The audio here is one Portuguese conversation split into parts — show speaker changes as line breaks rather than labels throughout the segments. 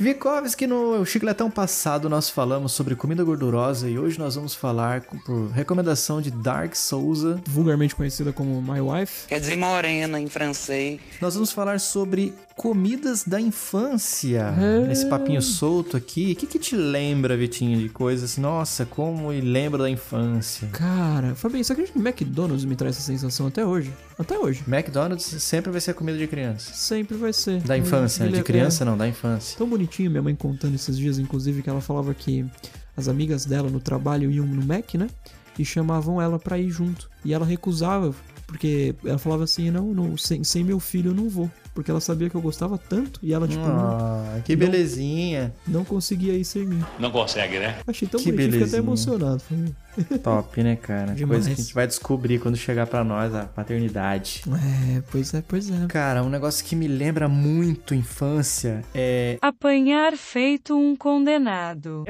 Vikovski, no Chicletão passado nós falamos sobre comida gordurosa e hoje nós vamos falar com- por recomendação de Dark Souza.
vulgarmente conhecida como My Wife.
Quer dizer morena em francês.
Nós vamos falar sobre comidas da infância.
Ah.
Nesse papinho solto aqui. O que, que te lembra, Vitinho, de coisas? Nossa, como e lembra da infância?
Cara, Fabinho, você acredita que McDonald's me traz essa sensação até hoje? Até hoje.
McDonald's sempre vai ser comida de criança.
Sempre vai ser.
Da infância, né?
Ele
De
é-
criança não, da infância.
Tão bonitinho minha mãe contando esses dias, inclusive, que ela falava que as amigas dela no trabalho iam no Mac, né? E chamavam ela pra ir junto. E ela recusava, porque ela falava assim, não, não sem, sem meu filho eu não vou. Porque ela sabia que eu gostava tanto e ela, tipo, não,
Ah, que belezinha.
não conseguia ir sem mim.
Não consegue, né?
Achei tão
Que
bonitinho, fiquei até
belezinha.
emocionado. Falei,
Top, né, cara?
Demais.
Coisa que a gente vai descobrir quando chegar pra nós, a paternidade.
É, pois é, pois é.
Cara, um negócio que me lembra muito infância é
Apanhar feito um condenado.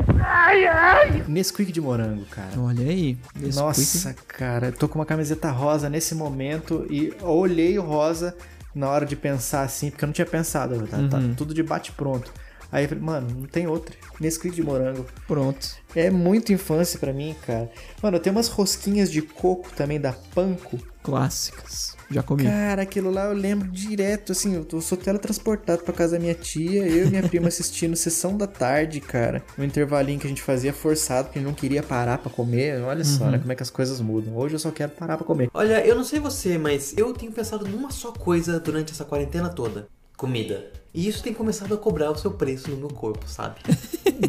Nesquik de morango, cara.
Olha aí. esse
Nossa, cara, eu tô com uma camiseta rosa nesse momento e olhei o rosa na hora de pensar assim, porque eu não tinha pensado, tá, tá tudo de bate pronto. Aí eu falei, mano, não tem outra. Nesquik de morango.
quick- Pronto.
É muito infância pra mim, cara. Mano, eu tenho umas rosquinhas de coco também da Panko.
Clássicas. Já comi.
Cara, aquilo lá eu lembro direto, assim, eu, tô- eu sou teletransportado pra casa da minha tia, eu e minha prima assistindo Sessão da Tarde, cara. Um intervalinho que a gente fazia forçado, porque a gente não queria parar pra comer. Olha só, né, como é que as coisas mudam. Hoje eu só quero parar pra comer.
Olha, eu não sei você, mas eu tenho pensado numa só coisa durante essa quarentena toda: comida. E isso tem começado a cobrar o seu preço no meu corpo, sabe?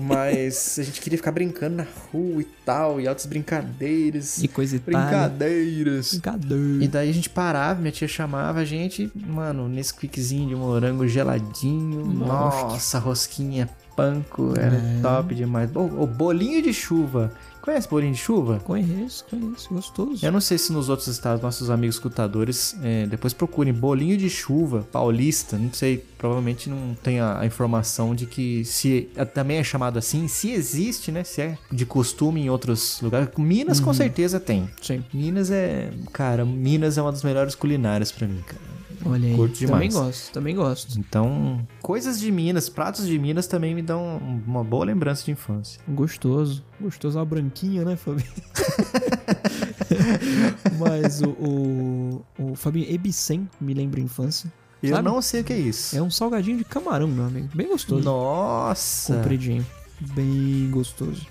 Mas a gente queria ficar brincando na rua e tal, e altas brincadeiras.
E coisa e tal.
brincadeiras.
Brincadeira.
E daí a gente parava, minha tia chamava a gente, mano, nesse quickzinho de morango geladinho.
Nossa.
Nossa, rosquinha panco, era top demais. O, o bolinho de chuva. Conhece bolinho de chuva?
Conheço, conheço. Gostoso.
Eu não sei se nos outros estados, nossos amigos escutadores, é, depois procurem bolinho de chuva paulista. Não sei, provavelmente não tem a, a informação de que se é, também é chamado assim, se existe, né? Se é de costume em outros lugares. Minas com certeza tem.
Sim.
Minas é. Cara, Minas é uma das melhores culinárias pra mim, cara.
Olha aí.
Curto
também
demais.
gosto, também gosto.
Então, coisas de Minas, pratos de Minas também me dão uma boa lembrança de infância.
Gostoso. Gostoso a branquinha, né, Fabinho? Mas o, o, o Fabinho Ebicem me lembra a infância.
Eu
Sabe?
não sei o que é isso.
É um salgadinho de camarão, meu amigo. Bem gostoso.
Nossa!
compridinho. Bem gostoso.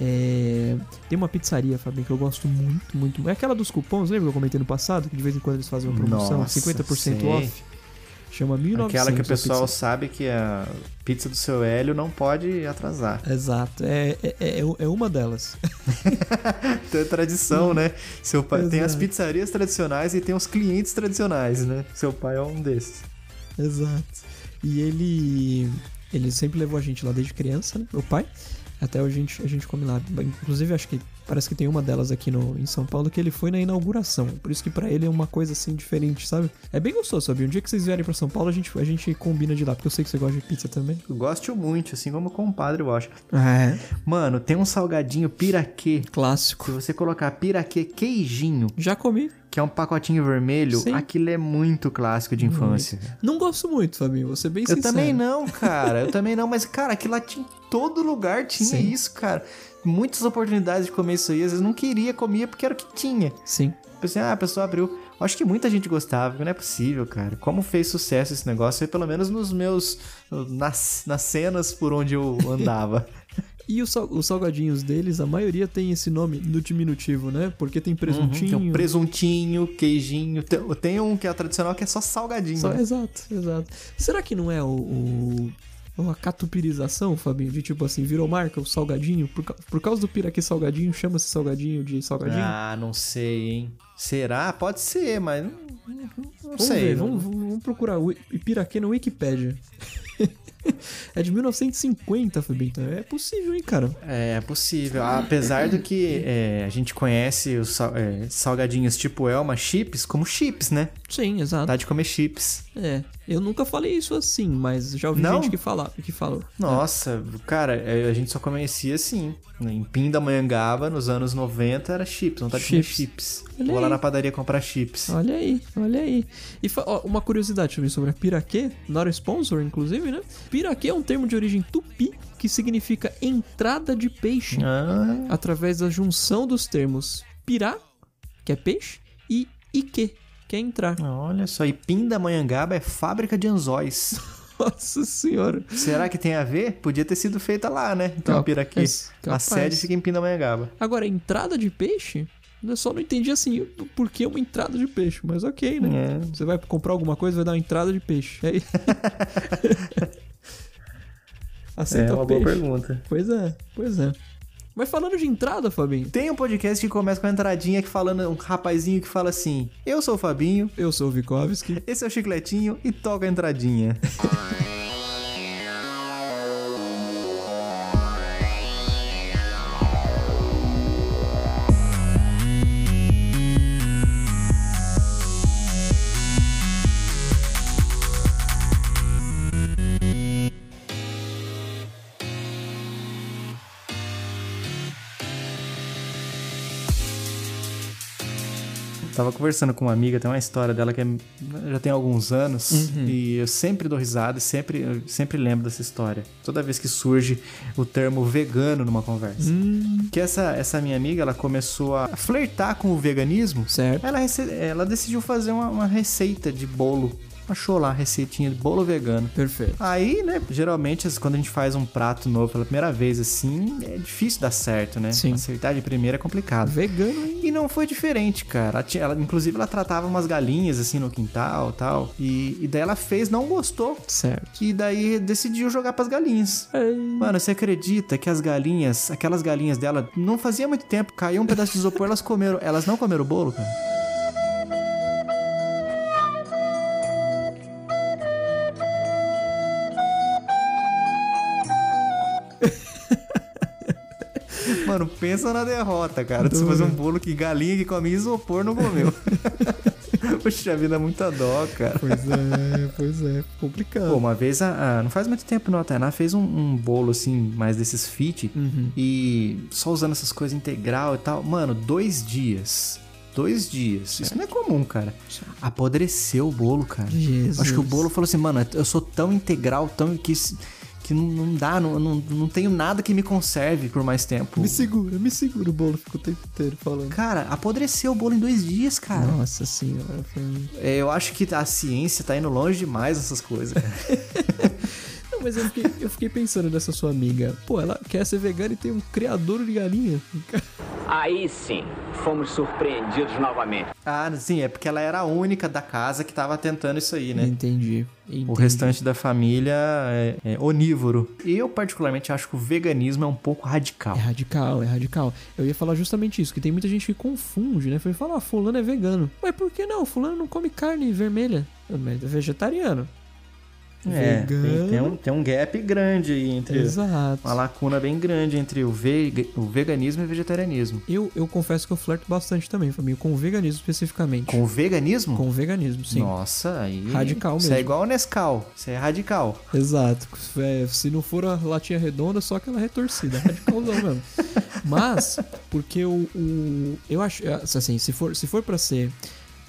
É, Tem uma pizzaria, Fabinho, que eu gosto muito, muito. É aquela dos cupons, lembra que eu comentei no passado? Que de vez em quando eles fazem uma promoção,
Nossa,
50%
sei.
off. Chama 1900
Aquela que o
a
pessoal
pizza.
sabe que a pizza do seu Hélio não pode atrasar.
Exato, é, é, é- é uma delas.
Então é tradição, né? Seu pai tem as
Exato.
pizzarias tradicionais e tem os clientes tradicionais, né? Seu pai é um desses.
Exato. E ele. Ele sempre levou a gente lá desde criança, né? Meu pai. Até hoje a gente, a gente come lá. Inclusive, acho que parece que tem uma delas aqui no, em São Paulo que ele foi na inauguração. Por isso que pra ele é uma coisa assim diferente, sabe? É bem gostoso, sabe? Um dia que vocês vierem pra São Paulo, a gente, a gente combina de lá, porque eu sei que você gosta de pizza também.
Eu gosto muito, assim como o compadre, eu acho.
É.
Mano, tem um salgadinho piraquê. Se
Clássico.
você colocar piraquê queijinho,
Já comi.
que é um pacotinho vermelho,
Sim.
aquilo é muito clássico de infância.
Não gosto muito, Fabinho. Vou ser bem
Eu
sincero.
também não, cara. Eu também não, mas, cara, aquilo lá tinha em todo lugar, tinha
Sim.
isso, cara. Muitas oportunidades de comer isso aí, às vezes não queria, comia porque era o que tinha.
Sim.
Pensei, ah, a pessoa abriu. Acho que muita gente gostava, não é possível, cara. Como fez sucesso esse negócio, aí pelo menos nos meus. nas, nas cenas por onde eu andava.
E os, sal- os salgadinhos deles, a maioria tem esse nome no diminutivo, né? Porque tem presuntinho.
Tem um presuntinho, queijinho. Tem, tem um que é tradicional que é só salgadinho.
Só-
né?
exato, exato. Será que não é o, o- ou a catupirização, Fabinho? De tipo assim, virou marca o salgadinho? Por, ca- por causa do piraquê salgadinho, chama-se salgadinho de salgadinho?
Ah, não sei, hein? Será? Pode ser, mas não, não- não
vamos
sei.
ver,
não-
vamos, vamos- vamos procurar o piraquê na Wikipédia. é de 1950, Fabinho. Então é possível, hein, cara?
É, é possível. Apesar do que é, a gente conhece os sal- é, salgadinhos tipo Elma Chips como chips, né?
Sim, exato.
Tá de comer chips.
É. Eu nunca falei isso assim, mas já ouvi
Não?
gente que, fala, que falou.
Nossa, cara, é, a gente só conhecia assim. né? Em Pindamonhangaba, nos anos 90, era chips, não tá de comer
Chips.
chips.
Olha
Vou lá
aí.
na padaria comprar chips.
Olha aí, olha aí. E fa- ó, uma curiosidade também sobre a Piraquê, not a sponsor, inclusive, né? Piraquê Charque é um termo de origem tupi que significa entrada de peixe,
Ah,
através da junção dos termos pirá, que é peixe, e ike, que é entrar.
Ah, olha só. E Pindamonhangaba é fábrica de anzóis.
Nossa senhora.
Será que tem a ver? Podia ter sido feita lá, né? Então,
Cap-
Piraquê. A
capaz.
sede fica em Pindamonhangaba.
Agora, entrada de peixe, eu só não entendi assim o- por que uma entrada de peixe, mas ok,
É.
né? Você vai comprar alguma coisa, vai dar uma entrada de peixe. É isso. Aceita tá peixe.
é pergunta.
Pois é, pois é. Mas falando de entrada, Fabinho,
Tem um podcast que começa com uma entradinha que falando um rapazinho que fala assim: Eu sou o Fabinho,
eu sou o Vikovski.
esse é o Chicletinho e toca a entradinha. Tava conversando com uma amiga, tem uma história dela que é- já tem alguns anos e eu sempre dou risada e sempre, eu sempre lembro dessa história. Toda vez que surge o termo vegano numa conversa. Que essa, essa minha amiga, ela começou a flertar com o veganismo.
Certo.
Ela, rece- ela decidiu fazer uma, uma receita de bolo. Achou lá a receitinha de bolo vegano.
Perfeito.
Aí, né, geralmente as- quando a gente faz um prato novo pela primeira vez assim, é difícil dar certo, né?
Sim.
Acertar de primeira é complicado.
Vegano, hein?
E não foi diferente, cara. Ela, tinha- ela- inclusive, ela tratava umas galinhas assim no quintal tal. E, e daí ela fez, não gostou.
Certo.
E daí decidiu jogar pras galinhas. Mano, você acredita que as galinhas, aquelas galinhas dela, não fazia muito tempo, caiu um pedaço de isopor, elas comeram. Elas não comeram o bolo, cara? Mano, pensa na derrota, cara. De você fazer um bolo que galinha que come isopor não comeu. Puxa vida, muita dó, cara.
Pois é, pois é. Complicado.
Pô, uma vez, a, a- não faz muito tempo não, a Tainá fez um, um bolo, assim, mais desses fit.
Uhum.
E só usando essas coisas integral e tal. Mano, dois dias. Dois dias. Isso não é comum, cara. Apodreceu o bolo, cara.
Jesus.
Acho que o bolo falou assim, mano, eu sou tão integral, tão que... isso- Que não, não dá, não, não, não tenho nada que me conserve por mais tempo.
Me segura, me segura o bolo, fica o tempo inteiro falando.
Cara, apodreceu o bolo em dois dias, cara.
Nossa senhora, Fabinho.
É, eu acho que a ciência tá indo longe demais nessas coisas, cara.
Não, mas eu fiquei, eu fiquei pensando nessa sua amiga. Pô, ela quer ser vegana e tem um criador de galinha.
Aí sim, fomos surpreendidos novamente.
Ah, sim, é porque ela era a única da casa que tava tentando isso aí, né?
Entendi. entendi.
O restante da família é, é onívoro. E eu, particularmente, acho que o veganismo é um pouco radical.
É radical, é radical. Eu ia falar justamente isso, que tem muita gente que confunde, né? Foi falar, ah, fulano é vegano. Mas por que não? Fulano não come carne vermelha. Ah, Mas é vegetariano.
tem, tem um, tem um gap grande aí entre.
Exato.
Uma lacuna bem grande entre o, veg- o veganismo e o vegetarianismo.
Eu, eu confesso que eu flerto bastante também, Fabinho, com o veganismo especificamente.
Com o veganismo?
Com o veganismo, sim.
Nossa, aí.
Radical
Isso
mesmo.
é igual o Nescau. Isso é radical.
Exato. É, se não for a latinha redonda, só aquela retorcida. É Radicalzão mesmo. Mas, porque o. o- eu acho. Assim, se for, se for pra ser.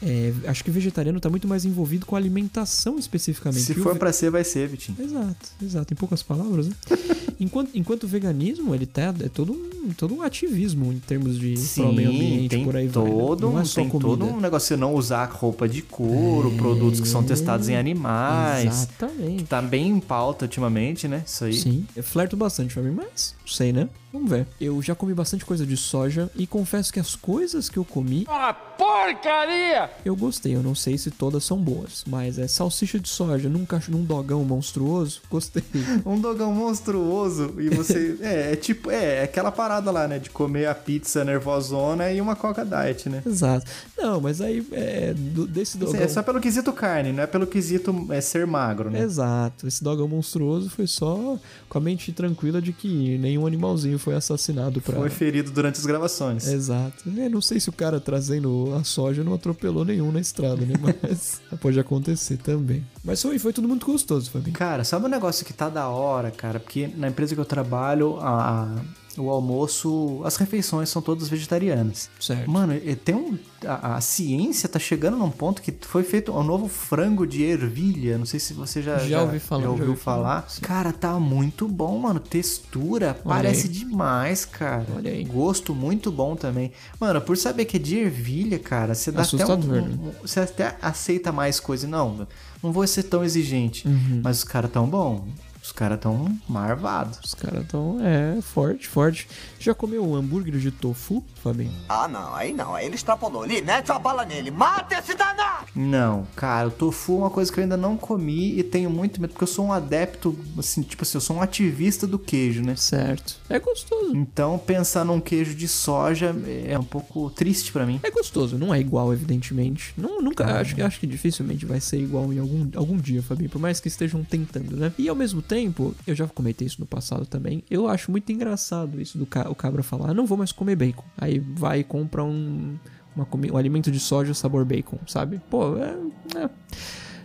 é, acho que vegetariano tá muito mais envolvido com alimentação especificamente.
Se
E o
for
ve-
pra ser, vai ser, Vitinho.
Exato, exato. Em poucas palavras, né? enquanto, enquanto o veganismo, ele tá, é todo um, todo um ativismo em termos de pró meio ambiente,
tem
por aí vai. né?
todo,
Não
um,
é só
tem
comida. É,
todo um negócio você não usar roupa de couro, produtos que são testados em animais.
Exatamente.
Tá bem em pauta ultimamente, né? Isso aí.
Sim, eu flerto bastante pra mim, mas não sei, né? Vamos ver. Eu já comi bastante coisa de soja e confesso que as coisas que eu comi. É Uma porcaria! Eu gostei, eu não sei se todas são boas, mas é salsicha de soja num, cacho, num dogão monstruoso, gostei.
Um dogão monstruoso e você. é, é tipo. É, é aquela parada lá, né? De comer a pizza nervosona e uma coca diet, né?
Exato. Não, mas aí é, do- desse dogão.
É só pelo quesito carne, não é pelo quesito é, ser magro, né?
Exato, esse dogão monstruoso foi só com a mente tranquila de que nenhum animalzinho foi assassinado pra.
Foi ferido durante as gravações.
Exato. É, não sei se o cara trazendo a soja não atropelou nenhum na estrada, né? Mas pode acontecer também. Mas foi, foi tudo muito gostoso, Fabinho.
Cara, sabe um negócio que tá da hora, cara? Porque na empresa que eu trabalho, a, o almoço, as refeições são todas vegetarianas.
Certo.
Mano, e tem um. A, a ciência tá chegando num ponto que foi feito um novo frango de ervilha. Não sei se você já.
Já ouvi falar,
Já
já
ouviu
ouvi
falar.
falar, sim.
Cara, tá muito bom, mano. Textura parece
aí.
demais, cara.
Olha aí.
Gosto muito bom também. Mano, por saber que é de ervilha, cara, você dá até um-
Assustador,
um-
né?
um- Você até aceita mais coisa. Não, não vou ser tão exigente.
Uhum.
Mas os caras tão bom. Os caras tão marvados.
Os caras tão. É, forte, forte. Já comeu um hambúrguer de tofu, Fabinho?
Ah, não, aí não, aí ele extrapolou. Ele mete a bala nele, mata esse danado!
Não, cara, o tofu é uma coisa que eu ainda não comi e tenho muito medo, porque eu sou um adepto, assim, tipo assim, eu sou um ativista do queijo, né?
Certo. É gostoso.
Então, pensar num queijo de soja é um pouco triste pra mim.
É gostoso, não é igual, evidentemente. Não, nunca, acho, que- acho que dificilmente vai ser igual em algum, algum dia, Fabinho, por mais que estejam tentando, né? E ao mesmo tempo, eu já comentei isso no passado também, eu acho muito engraçado isso do ca- o cabra falar, "Ah, não vou mais comer bacon. Aí vai e compra um, uma comi- um alimento de soja sabor bacon, sabe? Pô, é... é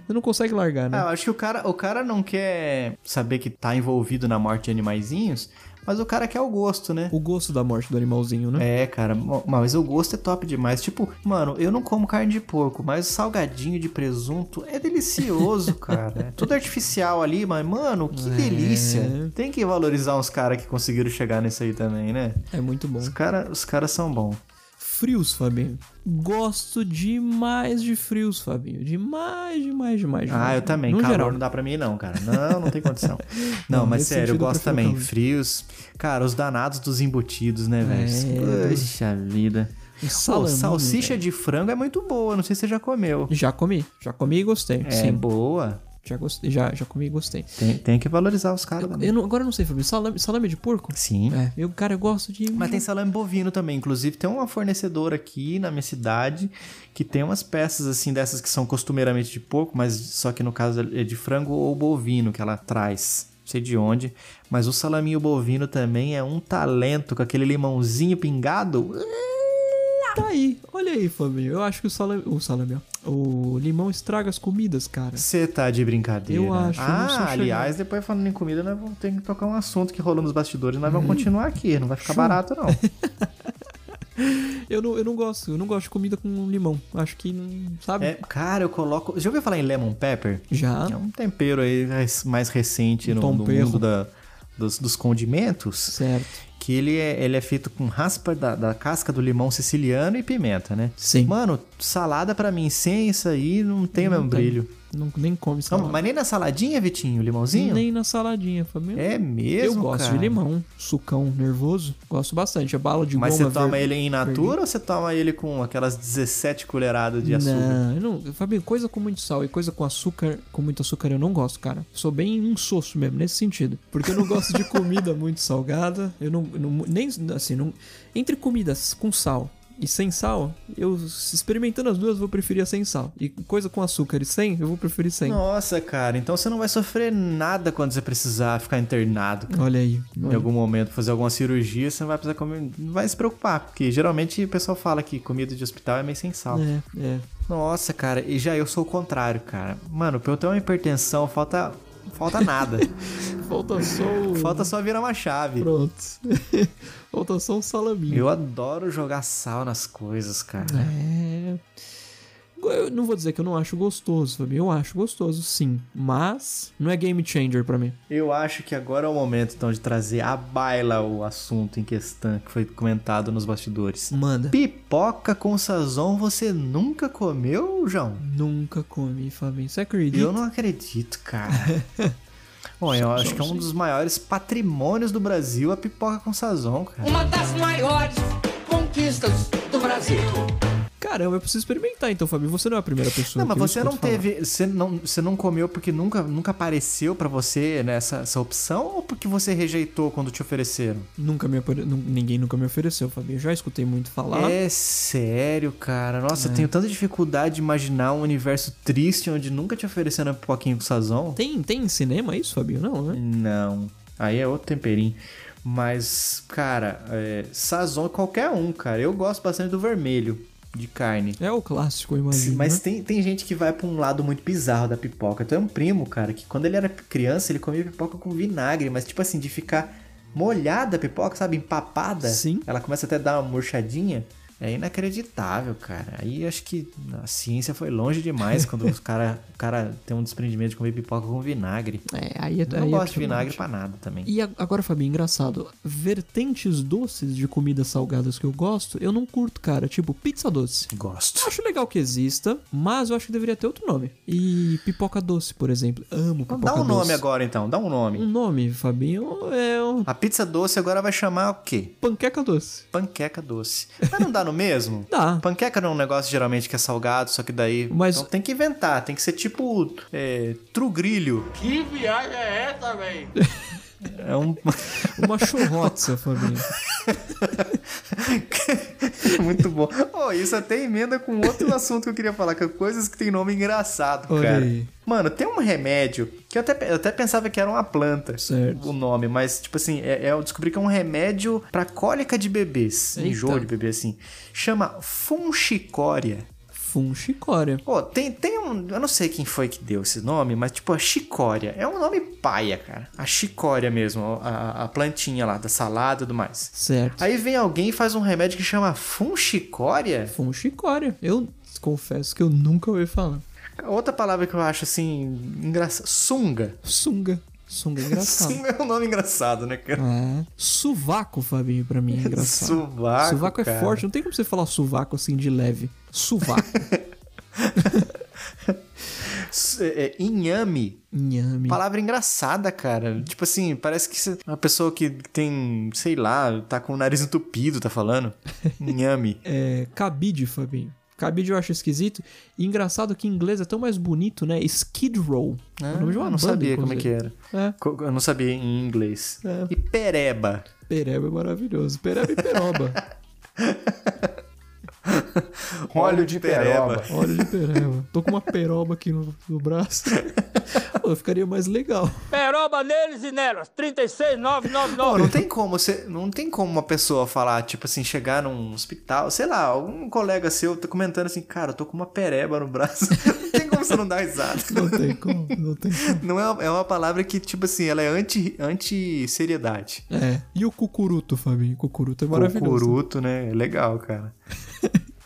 você não consegue largar, né?
Ah, eu acho que o cara, o cara não quer saber que tá envolvido na morte de animaizinhos, mas o cara quer o gosto, né?
O gosto da morte do animalzinho, né?
É, cara, mo- mas o gosto é top demais. Tipo, mano, eu não como carne de porco, mas o salgadinho de presunto é delicioso, cara. É tudo artificial ali, mas, mano,
É.
que delícia. Tem que valorizar uns caras que conseguiram chegar nisso aí também, né?
É, muito bom.
Os caras os cara são bons.
Frios, Fabinho. Gosto demais de frios, Fabinho. Demais, demais, demais.
Ah,
demais.
eu também.
No
calor
geral.
não dá pra mim, não, cara. Não, não tem condição. Não,
Não,
mas
nesse
sério, eu
sentido, eu
gosto
prefiro
também.
calor.
Frios. Cara, os danados dos embutidos, né,
É,
velho? Puxa vida.
Um
Pô,
salaminho,
salsicha
velho.
de frango é muito boa. Não sei se você já comeu.
Já comi, já comi e gostei.
É
Sim,
boa.
já, gostei, já, já comi e gostei.
Tem, tem que valorizar os caras também.
Eu não- agora eu não sei, Fabinho, salame, salame de porco?
Sim.
É, eu, cara, eu gosto de...
Mas tem salame bovino também. Inclusive, tem uma fornecedora aqui na minha cidade que tem umas peças assim dessas que são costumeiramente de porco, mas só que no caso é de frango ou bovino que ela traz. Não sei de onde. Mas o salaminho bovino também é um talento com aquele limãozinho pingado.
Tá aí, olha aí, Fabinho. Eu acho que o salame... O salame, ó. O limão estraga as comidas, cara.
Você tá de brincadeira.
Eu acho, eu não sou
Ah,
chegado.
aliás, depois falando em comida, nós vamos ter que tocar um assunto que rolou nos bastidores. Nós vamos
Uhum.
continuar aqui. Não vai ficar barato, não.
Eu não, eu não gosto, eu não gosto de comida com limão. Acho que não... Sabe?
É, cara, eu coloco. Já ouviu falar em lemon pepper?
Já.
É um tempero aí mais- mais recente no,
Um
no
tempero.
mundo da- dos, dos condimentos,
Certo.
que ele é, ele é feito com raspa da, da casca do limão siciliano e pimenta, né?
Sim.
Mano, salada pra mim sem isso aí não tem o mesmo
tem.
brilho.
Não, nem come
Não,
salame.
mas nem na saladinha, Vitinho, limãozinho?
Nem na saladinha, Fabinho.
É
Eu
mesmo,
gosto
cara?
de limão, sucão nervoso, gosto bastante. A bala de
Mas
goma
você toma
verde-
ele em
verde-
natura ou você toma ele com aquelas 17 colheradas de açúcar?
Não, eu não, Fabinho, coisa com muito sal e coisa com açúcar, com muito açúcar eu não gosto, cara. Sou bem insosso mesmo nesse sentido, porque eu não gosto de comida muito salgada. Eu não, eu não- nem assim, não, entre comidas com sal e sem sal, eu experimentando as duas eu vou preferir a sem sal. E coisa com açúcar e sem, eu vou preferir sem.
Nossa, cara, então você não vai sofrer nada quando você precisar ficar internado,
Olha aí.
em algum momento fazer alguma cirurgia, você não vai precisar comer, não vai se preocupar, porque geralmente o pessoal fala que comida de hospital é meio sem sal.
É, é.
Nossa, cara, e já eu sou o contrário, cara. Mano, pra eu ter uma hipertensão, falta falta nada.
Falta só o...
falta só virar uma chave.
Pronto. Falta só um salaminho.
Eu adoro jogar sal nas coisas, cara.
É. Eu não vou dizer que eu não acho gostoso, Fabinho. Eu acho gostoso, sim. Mas não é game changer pra mim.
Eu acho que agora é o momento então de trazer a baila o assunto em questão que foi comentado nos bastidores.
Manda.
Pipoca com sazon você nunca comeu, João?
Nunca comi, Fabinho. Você acredita?
Eu não acredito, cara. Bom, eu acho que é um dos maiores patrimônios do Brasil a pipoca com sazon, cara.
Uma das maiores conquistas do Brasil.
Caramba, eu preciso experimentar então, Fabinho. Você não é a primeira pessoa.
Não, mas
que eu
você
escuto
não
falar.
teve, você não, você não comeu porque nunca, nunca apareceu pra você né, essa, essa opção ou porque você rejeitou quando te ofereceram?
Nunca me apare... nu- Ninguém nunca me ofereceu, Fabinho. Eu já escutei muito falar.
É sério, cara. Nossa, eu tenho tanta dificuldade de imaginar um universo triste onde nunca te ofereceram pipoquinha com sazon.
Tem, tem em cinema isso, Fabinho? Não, né?
Não. Aí é outro temperinho. Mas, cara, é, sazon é qualquer um, cara. Eu gosto bastante do vermelho de carne.
É o clássico, eu imagino.
Mas
né?
tem, tem gente que vai pra um lado muito bizarro da pipoca. Eu tenho um primo, cara, que quando ele era criança, ele comia pipoca com vinagre, mas tipo assim, de ficar molhada a pipoca, sabe? Empapada.
Sim.
Ela começa até a dar uma murchadinha. É inacreditável, cara. Aí acho que a ciência foi longe demais quando os cara, o cara tem um desprendimento de comer pipoca com vinagre.
É, aí é,
Eu não
aí é
gosto de vinagre
problemático.
pra nada também.
E a- agora, Fabinho, engraçado. Vertentes doces de comidas salgadas que eu gosto, eu não curto, cara. Tipo, pizza doce.
Gosto.
Acho legal que exista, mas eu acho que deveria ter outro nome. E pipoca doce, por exemplo. Amo pipoca
Dá um
doce.
nome agora então, dá um nome.
Um nome, Fabinho, é um
A pizza doce agora vai chamar o quê?
panqueca doce.
Panqueca doce. Mas não dá no mesmo?
Dá.
Panqueca não é um negócio geralmente que é salgado, só que daí.
Mas-
Então tem que inventar, tem que ser tipo. É, trugrilho.
Que viagem é essa, velho?
É um.
Uma churrotza, Fabinho.
Muito bom. Oh, isso até emenda com outro assunto que eu queria falar, que é coisas que tem nome engraçado,
Olha
cara.
aí.
Mano, tem um remédio que eu até, eu até pensava que era uma planta,
Certo.
o nome, mas, tipo assim, é, é- eu descobri que é um remédio pra cólica de bebês,
Eita.
enjoo de bebê, assim. Chama Funchicória.
Fun chicória.
Pô, tem, tem um. Eu não sei quem foi que deu esse nome, mas tipo a chicória. É um nome paia, cara. A chicória mesmo, a, a plantinha lá da salada e tudo mais.
Certo.
Aí vem alguém e faz um remédio que chama funchicória.
Fun chicória. Eu confesso que eu nunca ouvi falar.
Outra palavra que eu acho assim, engraçada. Sunga.
Sunga. Sunga é engraçado.
Sunga é um nome engraçado, né, cara?
É. Suvaco, Fabinho, pra mim é engraçado.
Suvaco,
Suvaco é
cara.
forte, não tem como você falar suvaco assim de leve. Suvaco.
S- é, é, inhame.
Nhame.
Palavra engraçada, cara. Tipo assim, parece que cê- uma pessoa que tem, sei lá, tá com o nariz entupido, tá falando. Inhame.
É, cabide, Fabinho. Cabide eu acho esquisito. E engraçado que em inglês é tão mais bonito, né? Skid Row. É o nome de uma
eu não
banda,
sabia como é que
inclusive.
era.
É.
Co- Eu não sabia em inglês.
É.
E pereba.
Pereba é maravilhoso. Pereba e peroba.
Óleo de pereba.
Olha de pereba. Tô com uma peroba aqui no, no braço. Pô, ficaria mais legal.
Peroba neles e nelas, 36999.
Pô, não tem como você, não tem como uma pessoa falar, tipo assim, chegar num hospital, sei lá, algum colega seu tá comentando assim, cara, eu tô com uma pereba no braço. não tem como você não dar risada.
Não tem como, não tem como.
Não é, é uma palavra que, tipo assim, ela é anti- anti-seriedade.
É. E o cucuruto, Fabinho? Cucuruto é maravilhoso.
Cucuruto, né? É Legal, cara.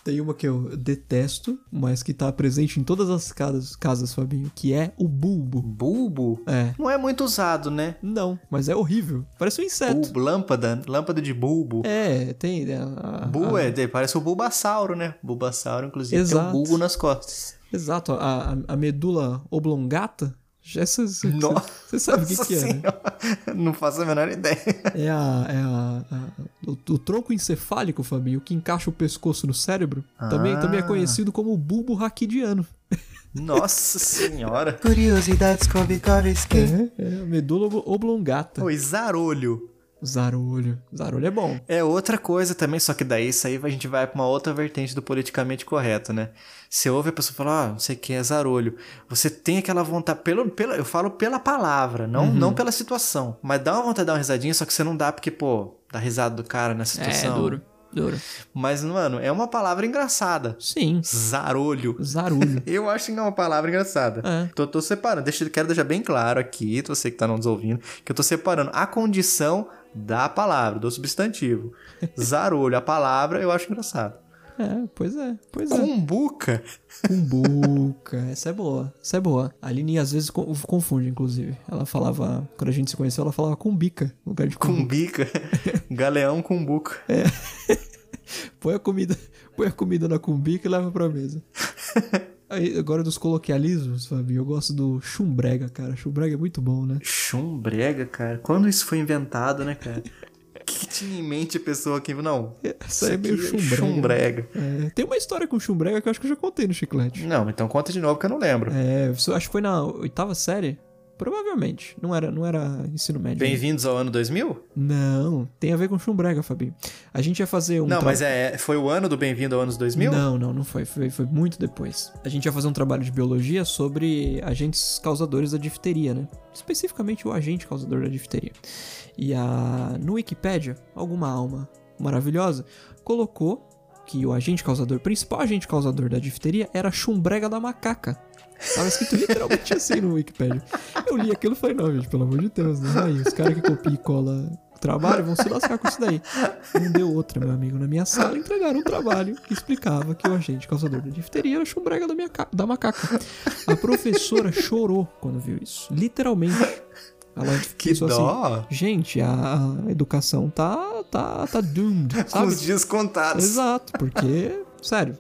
Tem uma que eu detesto, mas que tá presente em todas as casas, casas Fabinho, que é o bulbo.
Bulbo
É.
não é muito usado, né?
Não, mas é horrível. Parece um inseto.
Bulbo, lâmpada, lâmpada de bulbo.
É, tem. né, a- a-
Bu
a-
é, de- parece o Bulbasauro, né? Bulbasauro, inclusive, tem um
Exato.
bulbo nas costas.
Exato, a, a- a medula oblongata. Já você
Nossa
sabe o que, que é, né?
Senhora, Não faço a menor ideia.
É, a, é a- a- o, o tronco encefálico, Fabinho, que encaixa o pescoço no cérebro. Também,
Ah.
também é conhecido como bulbo raquidiano.
Nossa senhora.
Curiosidades cômicas que...
É, é a medula ob- oblongata.
Oi, zarolho.
Zarolho. Zarolho é bom.
É outra coisa também, só que daí isso aí a gente vai pra uma outra vertente do politicamente correto, né? Você ouve a pessoa falar, ah, não sei quem é zarolho. Você tem aquela vontade, pelo, pela, eu falo pela palavra, não, não pela situação. Mas dá uma vontade de dar uma risadinha, só que você não dá porque, pô, dá risada do cara nessa situação.
É, Duro.
Mas, mano, é uma palavra engraçada.
Sim.
Zarolho.
Zarulho.
Eu acho que é uma palavra engraçada.
É.
Então, Tô, tô separando. Deixa, quero deixar bem claro aqui, você que tá nos ouvindo, que eu tô separando a condição da palavra, do substantivo. Zarolho, a palavra eu acho engraçado.
É, pois é, pois é.
Cumbuca.
Cumbuca. Essa é boa, essa é boa. A Aline às vezes co- confunde, inclusive. Ela falava, quando a gente se conheceu, ela falava cumbica no lugar de cumbuca.
Cumbica. Galeão cumbuca.
Põe a comida, põe a comida na cumbica e leva pra mesa. Aí, agora dos coloquialismos, Fabinho, eu gosto do chumbrega, cara. Chumbrega é muito bom, né?
Chumbrega, cara. Quando isso foi inventado, né, cara? que tinha em mente a pessoa que. Não.
Isso aí é meio
aqui
chumbrega.
chumbrega.
É, tem uma história com chumbrega que eu acho que eu já contei no chiclete.
Não, então conta de novo que eu não lembro.
É, isso eu acho que foi na oitava série. Provavelmente. Não era, não era ensino médio. né?
Bem-vindos ao ano 2000?
Não, tem a ver com chumbrega, Fabinho. A gente ia fazer um.
não,
tra-
mas é, é- foi o ano do Bem-vindo ao Anos 2000?
Não, não, não foi, foi. Foi muito depois. A gente ia fazer um trabalho de biologia sobre agentes causadores da difteria, né? Especificamente o agente causador da difteria. E a. No Wikipédia, alguma alma maravilhosa colocou que o agente causador, principal agente causador da difteria, era a chumbrega da macaca. Tava escrito literalmente assim no Wikipédia. Eu li aquilo e falei, não, gente, pelo amor de Deus, né? Aí, os caras que copiam e cola trabalho, vão se lascar com isso daí. Não deu outra, meu amigo. Na minha sala entregaram um trabalho que explicava que o agente causador da difteria era a chumbrega da, minha ca- da macaca. A professora chorou quando viu isso. Literalmente. Ela
Que
pensou assim,
dó.
Gente, a a educação tá, tá, tá doomed,
Com
sabe?
os dias contados.
Exato, porque, sério.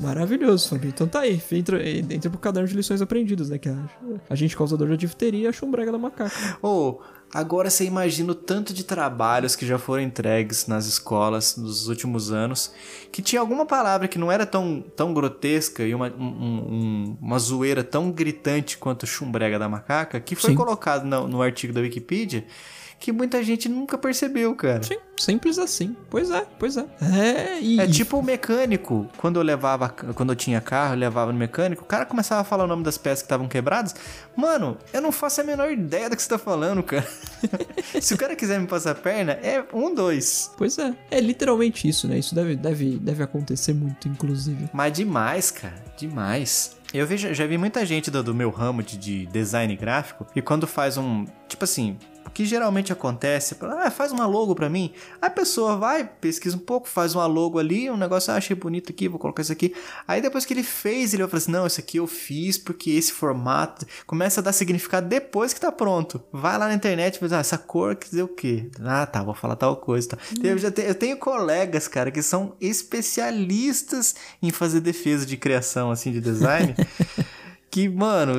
Maravilhoso, Fabinho. Então tá aí, entra, entra pro caderno de lições aprendidas, né? Que a, a gente causador da difteria e a chumbrega da macaca.
Ô, agora você imagina o tanto de trabalhos que já foram entregues nas escolas nos últimos anos, que tinha alguma palavra que não era tão, tão grotesca e uma, um- um- uma zoeira tão gritante quanto chumbrega da macaca, que foi
Sim.
colocado no, no artigo da Wikipedia, que muita gente nunca percebeu, cara.
Sim, simples assim. Pois é, pois é. É, e.
É tipo o mecânico. Quando eu levava, quando eu tinha carro, eu levava no mecânico, o cara começava a falar o nome das peças que estavam quebradas. Mano, eu não faço a menor ideia do que você tá falando, cara. Se o cara quiser me passar a perna, é um, dois.
Pois é. É literalmente isso, né? Isso deve, deve, deve acontecer muito, inclusive.
Mas demais, cara. Demais. Eu vejo, já vi muita gente do, do meu ramo de, de design gráfico e quando faz um. Tipo assim. O que geralmente acontece, ah, faz uma logo pra mim. A pessoa vai, pesquisa um pouco, faz uma logo ali, um negócio, ah, achei bonito aqui, vou colocar isso aqui. Aí depois que ele fez, ele vai falar assim: não, isso aqui eu fiz porque esse formato começa a dar significado depois que tá pronto. Vai lá na internet e fala, ah, essa cor quer dizer o quê? Ah, tá, vou falar tal coisa. Tá. Eu, já te- eu tenho colegas, cara, que são especialistas em fazer defesa de criação, assim, de design, que, mano.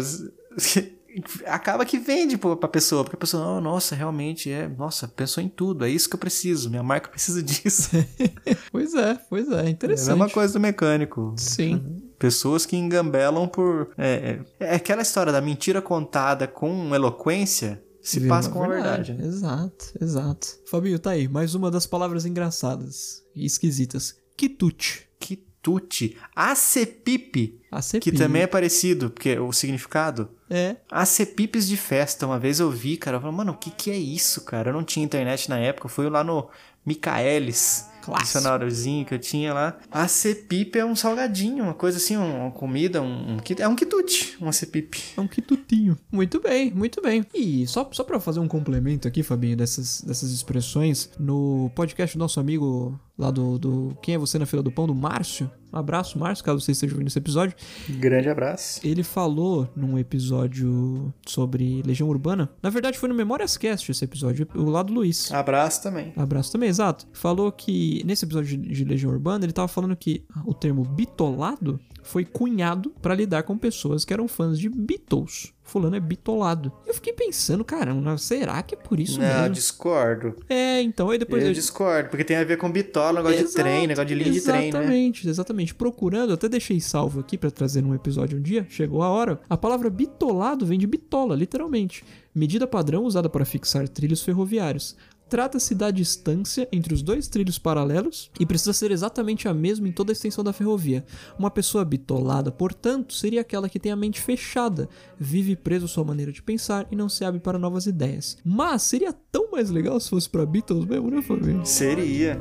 Acaba que vende pô, pra pessoa, porque a pessoa, "Não, nossa, realmente é, nossa, pensou em tudo, é isso que eu preciso, minha marca precisa disso.
Pois é, pois é.
É a
Interessante.
mesma coisa Uhum. do mecânico.
Sim.
Pessoas que engambelam por. É, é- é aquela história da mentira contada com eloquência se
Vira
passa
uma
com a verdade. né?
Exato, exato. Fabinho, tá aí. Mais uma das palavras engraçadas e esquisitas. Quitute.
Quitute. Acepipe,
A
que também é parecido, porque o significado.
É,
Acepipes de festa. Uma vez eu vi, cara. Eu falei, mano, o que, que é isso, cara? Eu não tinha internet na época. Eu fui lá no Micaelis.
Clássico.
Dicionáriozinho que eu tinha lá. Acepipe é um salgadinho, uma coisa assim, um- uma comida, um, um qui- É um quitute, um acepipe.
É um quitutinho. Muito bem, muito bem. E só, só para fazer um complemento aqui, Fabinho, dessas, dessas expressões, no podcast do nosso amigo lá do, do Quem é Você na Fila do Pão, do Márcio. Um abraço, Márcio, caso você esteja ouvindo esse episódio.
Grande abraço.
Ele falou num episódio sobre Legião Urbana. Na verdade, foi no Memórias Cast esse episódio, o lado Luiz.
Abraço também.
Abraço também, exato. Falou que nesse episódio de- de Legião Urbana ele tava falando que o termo bitolado foi cunhado pra lidar com pessoas que eram fãs de Beatles. Fulano é bitolado. Eu fiquei pensando, caramba, será que é por isso
não, eu
mesmo?
discordo.
É, então, aí depois
eu discordo, porque tem a ver com bitola, negócio de
Exato,
trem, negócio de linha de trem, né?
Exatamente, exatamente. Procurando, até deixei salvo aqui pra trazer num episódio um dia, chegou a hora. A palavra bitolado vem de bitola, literalmente. Medida padrão usada para fixar trilhos ferroviários. Trata-se da distância entre os dois trilhos paralelos e precisa ser exatamente a mesma em toda a extensão da ferrovia. Uma pessoa bitolada, portanto, seria aquela que tem a mente fechada, vive preso à sua maneira de pensar e não se abre para novas ideias. Mas seria tão mais legal se fosse pra Beatles mesmo, né, família?
Seria.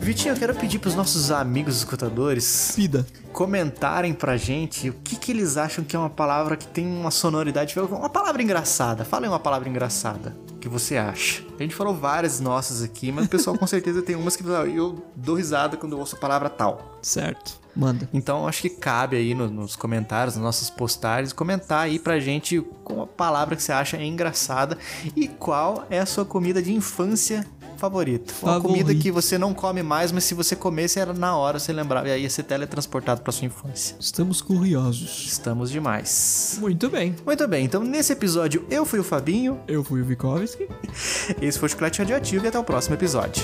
Vitinho, eu quero pedir pros nossos amigos escutadores
Pida.
comentarem pra gente o que, que eles acham que é uma palavra que tem uma sonoridade. Uma palavra engraçada. Fala aí uma palavra engraçada. O que você acha? A gente falou várias nossas aqui, mas o pessoal com certeza tem umas que fala, eu dou risada quando eu ouço a palavra tal.
Certo. Manda.
Então acho que cabe aí no- nos comentários, nas nossas postagens, comentar aí pra gente qual a palavra que você acha é engraçada e qual é a sua comida de infância favorita. Uma
Favorito.
comida que você não come mais, mas se você comesse era na hora você lembrava e aí ia ser teletransportado pra sua infância.
Estamos curiosos.
Estamos demais.
Muito bem.
Muito bem, então nesse episódio eu fui o Fabinho,
Eu fui o Vikovski.
esse foi o Chiclete Radioativo e até o próximo episódio.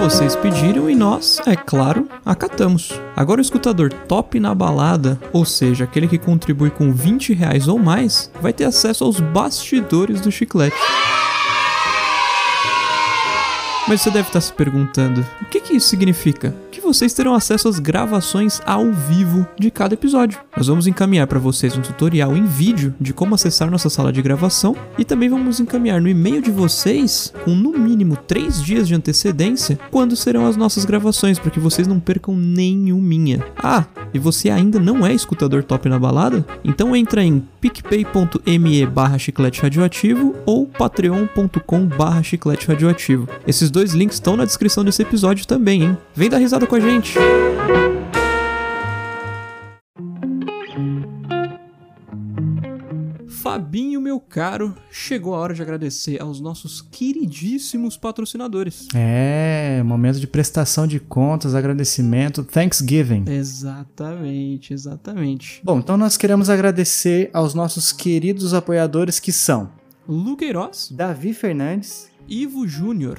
vocês pediram e nós, é claro, acatamos. Agora o escutador top na balada, ou seja, aquele que contribui com 20 reais ou mais, vai ter acesso aos bastidores do chiclete. Mas você deve estar se perguntando, o que, que isso significa? Que vocês terão acesso às gravações ao vivo de cada episódio. Nós vamos encaminhar para vocês um tutorial em vídeo de como acessar nossa sala de gravação e também vamos encaminhar no e-mail de vocês, com no mínimo 3 dias de antecedência, quando serão as nossas gravações, para que vocês não percam nenhuminha. Ah, e você ainda não é escutador top na balada? Então entra em picpay.me barra chiclete radioativo ou patreon.com barra chiclete radioativo. Esses dois links estão na descrição desse episódio também, hein? Vem dar risada com a gente! Fabinho, meu caro, chegou a hora de agradecer aos nossos queridíssimos patrocinadores.
É, momento de prestação de contas, agradecimento, Thanksgiving.
Exatamente, exatamente.
Bom, então nós queremos agradecer aos nossos queridos apoiadores que são
Lu Queiroz,
Davi Fernandes.
Ivo Júnior,